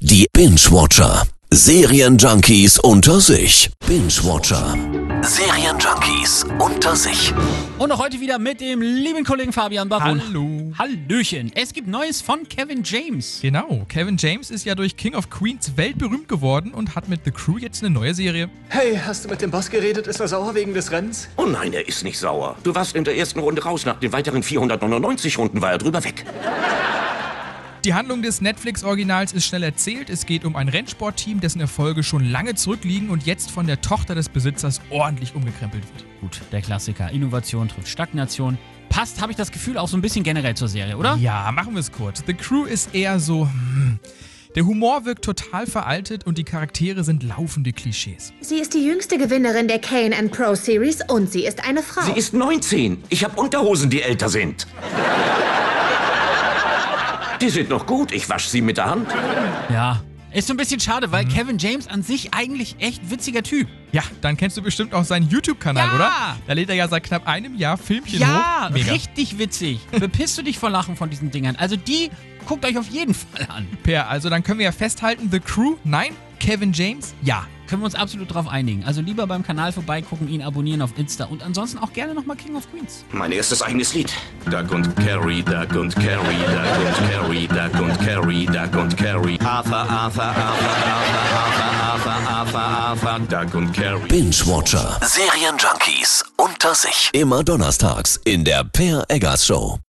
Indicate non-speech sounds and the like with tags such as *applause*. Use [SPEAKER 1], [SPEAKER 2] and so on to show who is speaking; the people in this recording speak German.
[SPEAKER 1] Die Binge-Watcher. Serienjunkies unter sich. Binge-Watcher. Serienjunkies unter sich.
[SPEAKER 2] Und auch heute wieder mit dem lieben Kollegen Fabian Baron.
[SPEAKER 3] Hallo.
[SPEAKER 2] Hallöchen. Es gibt Neues von Kevin James.
[SPEAKER 3] Genau, Kevin James ist ja durch King of Queens weltberühmt geworden und hat mit The Crew jetzt eine neue Serie.
[SPEAKER 4] Hey, hast du mit dem Boss geredet? Ist er sauer wegen des Rennens?
[SPEAKER 5] Oh nein, er ist nicht sauer. Du warst in der ersten Runde raus. Nach den weiteren 499 Runden war er drüber weg.
[SPEAKER 3] Die Handlung des Netflix-Originals ist schnell erzählt. Es geht um ein Rennsportteam, dessen Erfolge schon lange zurückliegen und jetzt von der Tochter des Besitzers ordentlich umgekrempelt wird.
[SPEAKER 2] Gut, der Klassiker. Innovation trifft Stagnation. Passt, habe ich das Gefühl, auch so ein bisschen generell zur Serie, oder?
[SPEAKER 3] Ja, machen wir es kurz. The Crew ist eher so. Hm. Der Humor wirkt total veraltet und die Charaktere sind laufende Klischees.
[SPEAKER 6] Sie ist die jüngste Gewinnerin der Kane and Pro Series und sie ist eine Frau.
[SPEAKER 5] Sie ist 19. Ich habe Unterhosen, die älter sind. Die sind noch gut. Ich wasche sie mit der Hand.
[SPEAKER 2] Ja. Ist so ein bisschen schade, weil
[SPEAKER 3] Mhm.
[SPEAKER 2] Kevin James an sich eigentlich echt witziger Typ.
[SPEAKER 3] Ja, dann kennst du bestimmt auch seinen YouTube-Kanal,
[SPEAKER 2] Ja.
[SPEAKER 3] oder? Da lädt er ja seit knapp einem Jahr Filmchen
[SPEAKER 2] Ja,
[SPEAKER 3] hoch. Genau. Mega.
[SPEAKER 2] richtig
[SPEAKER 3] *laughs*
[SPEAKER 2] witzig. Bepisst du dich vor Lachen von diesen Dingern. Also die guckt euch auf jeden Fall an.
[SPEAKER 3] Super. Also dann können wir ja festhalten, The Crew, nein, Kevin James, ja.
[SPEAKER 2] Können wir uns absolut drauf einigen. Also lieber beim Kanal vorbeigucken, ihn abonnieren auf Insta und ansonsten auch gerne nochmal King of Queens.
[SPEAKER 5] Mein erstes eigenes Lied.
[SPEAKER 7] Duck und Carry, Duck und Carry, Duck und Carry, Duck und Carry, Duck und Carry. Hafer, Hafer, Hafer, Hafer, Hafer, Hafer, Hafer, Duck und Carry.
[SPEAKER 1] Binge-Watcher.
[SPEAKER 5] Serienjunkies unter sich.
[SPEAKER 1] Immer donnerstags in der Per Eggers Show.